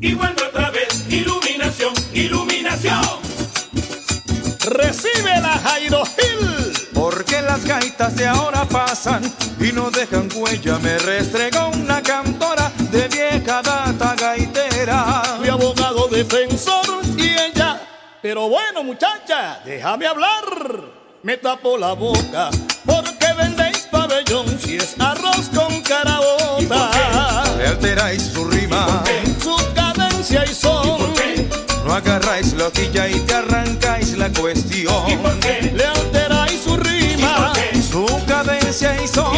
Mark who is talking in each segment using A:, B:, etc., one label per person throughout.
A: Y vuelve otra vez, iluminación, iluminación.
B: Recibe la Jairo Gil.
C: Porque las gaitas de ahora pasan y no dejan huella. Me restregó una cantora de vieja data gaitera.
B: Fui abogado defensor y ella. Pero bueno, muchacha, déjame hablar. Me tapó la boca porque vendéis pabellón si es arroz con caraota.
C: Le alteráis su rima,
B: Su cadencia y son
C: no agarráis la hojilla y te arrancáis la cuestión.
B: le alteráis su rima.
C: Su cadencia y son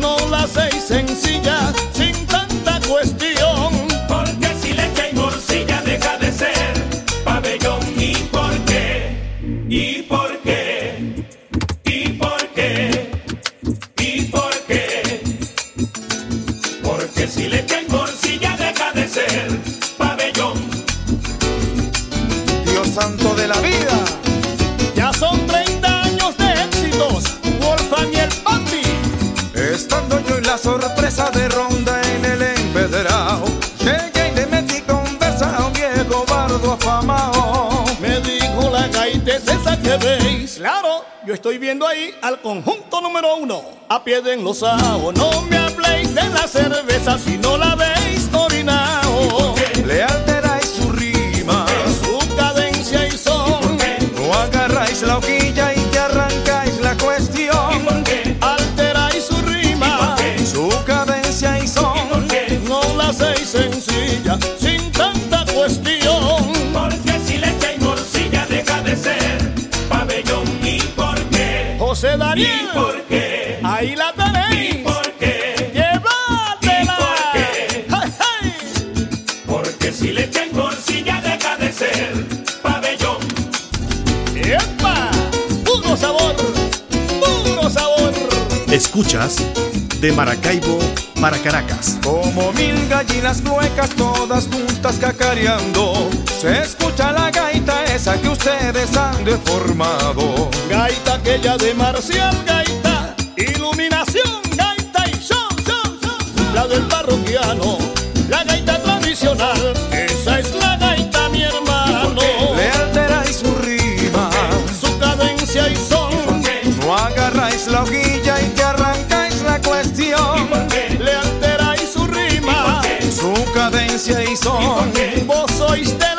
B: No la hacéis sencilla sin tanta cuestión.
A: Porque si leche y morcilla deja de ser pabellón. ¿Y por qué? ¿Y por qué? ¿Y por qué? ¿Y por qué? Porque si leche y morcilla deja de ser pabellón.
C: Dios santo de la vida.
B: Ya son 30 años de éxitos. Wolfgang y el Patti.
C: Estando yo en la sorpresa de ronda en el empedrado, llegué y le metí conversa a un viejo bardo afamado.
B: Me dijo la gaita es esa que veis. Claro, yo estoy viendo ahí al conjunto número uno. A pie de enlosado. No me habléis de la cerveza si no la veis orinao.
C: Le alteráis su rima,
B: Su cadencia y son.
C: no agarráis la hojilla y te arrancáis la cuestión.
B: Alteráis su rima.
C: Su cadencia y son,
B: No la hacéis sencilla sin tanta cuestión.
A: Porque si leche y morcilla deja de ser pabellón. ¿Y por qué?
B: José
A: ¿Y
B: Daniel,
A: por qué?
B: ahí la
A: ¿Y
B: tenéis.
A: por qué?
B: ¡Llévatela!
A: ¿Y
B: ¡Ay, ay!
A: Porque si leche y morcilla deja de ser pabellón.
B: ¡Epa! ¡Puro sabor! ¡Puro sabor!
D: Escuchas de Maracaibo para Caracas.
C: como mil gallinas huecas todas juntas cacareando. Se escucha la gaita esa que ustedes han deformado.
B: Gaita aquella de Marcial Gaita, iluminación gaita y show, show, show, show. La del parroquiano, la gaita tradicional, esa es la gaita, mi hermano. Ah,
C: Le alteráis su rima.
B: Su cadencia y son,
C: No agarráis la hojilla y te arrancáis la cuestión.
B: le alteráis su rima.
C: Su cadencia y son.
B: Vos sois de